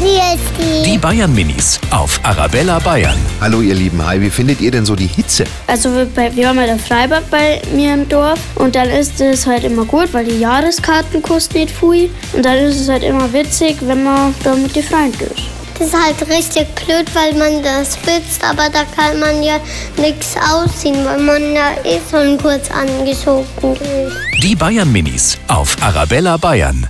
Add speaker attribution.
Speaker 1: Christi.
Speaker 2: Die Bayern Minis auf Arabella Bayern.
Speaker 3: Hallo ihr Lieben, hi, wie findet ihr denn so die Hitze?
Speaker 4: Also wir, bei, wir haben ja das Freibad bei mir im Dorf und dann ist es halt immer gut, weil die Jahreskarten kosten nicht viel und dann ist es halt immer witzig, wenn man da mit den Freunden ist.
Speaker 1: Das ist halt richtig blöd, weil man das schwitzt, aber da kann man ja nichts ausziehen, weil man ja eh schon kurz angezogen ist.
Speaker 2: Die Bayern Minis auf Arabella Bayern.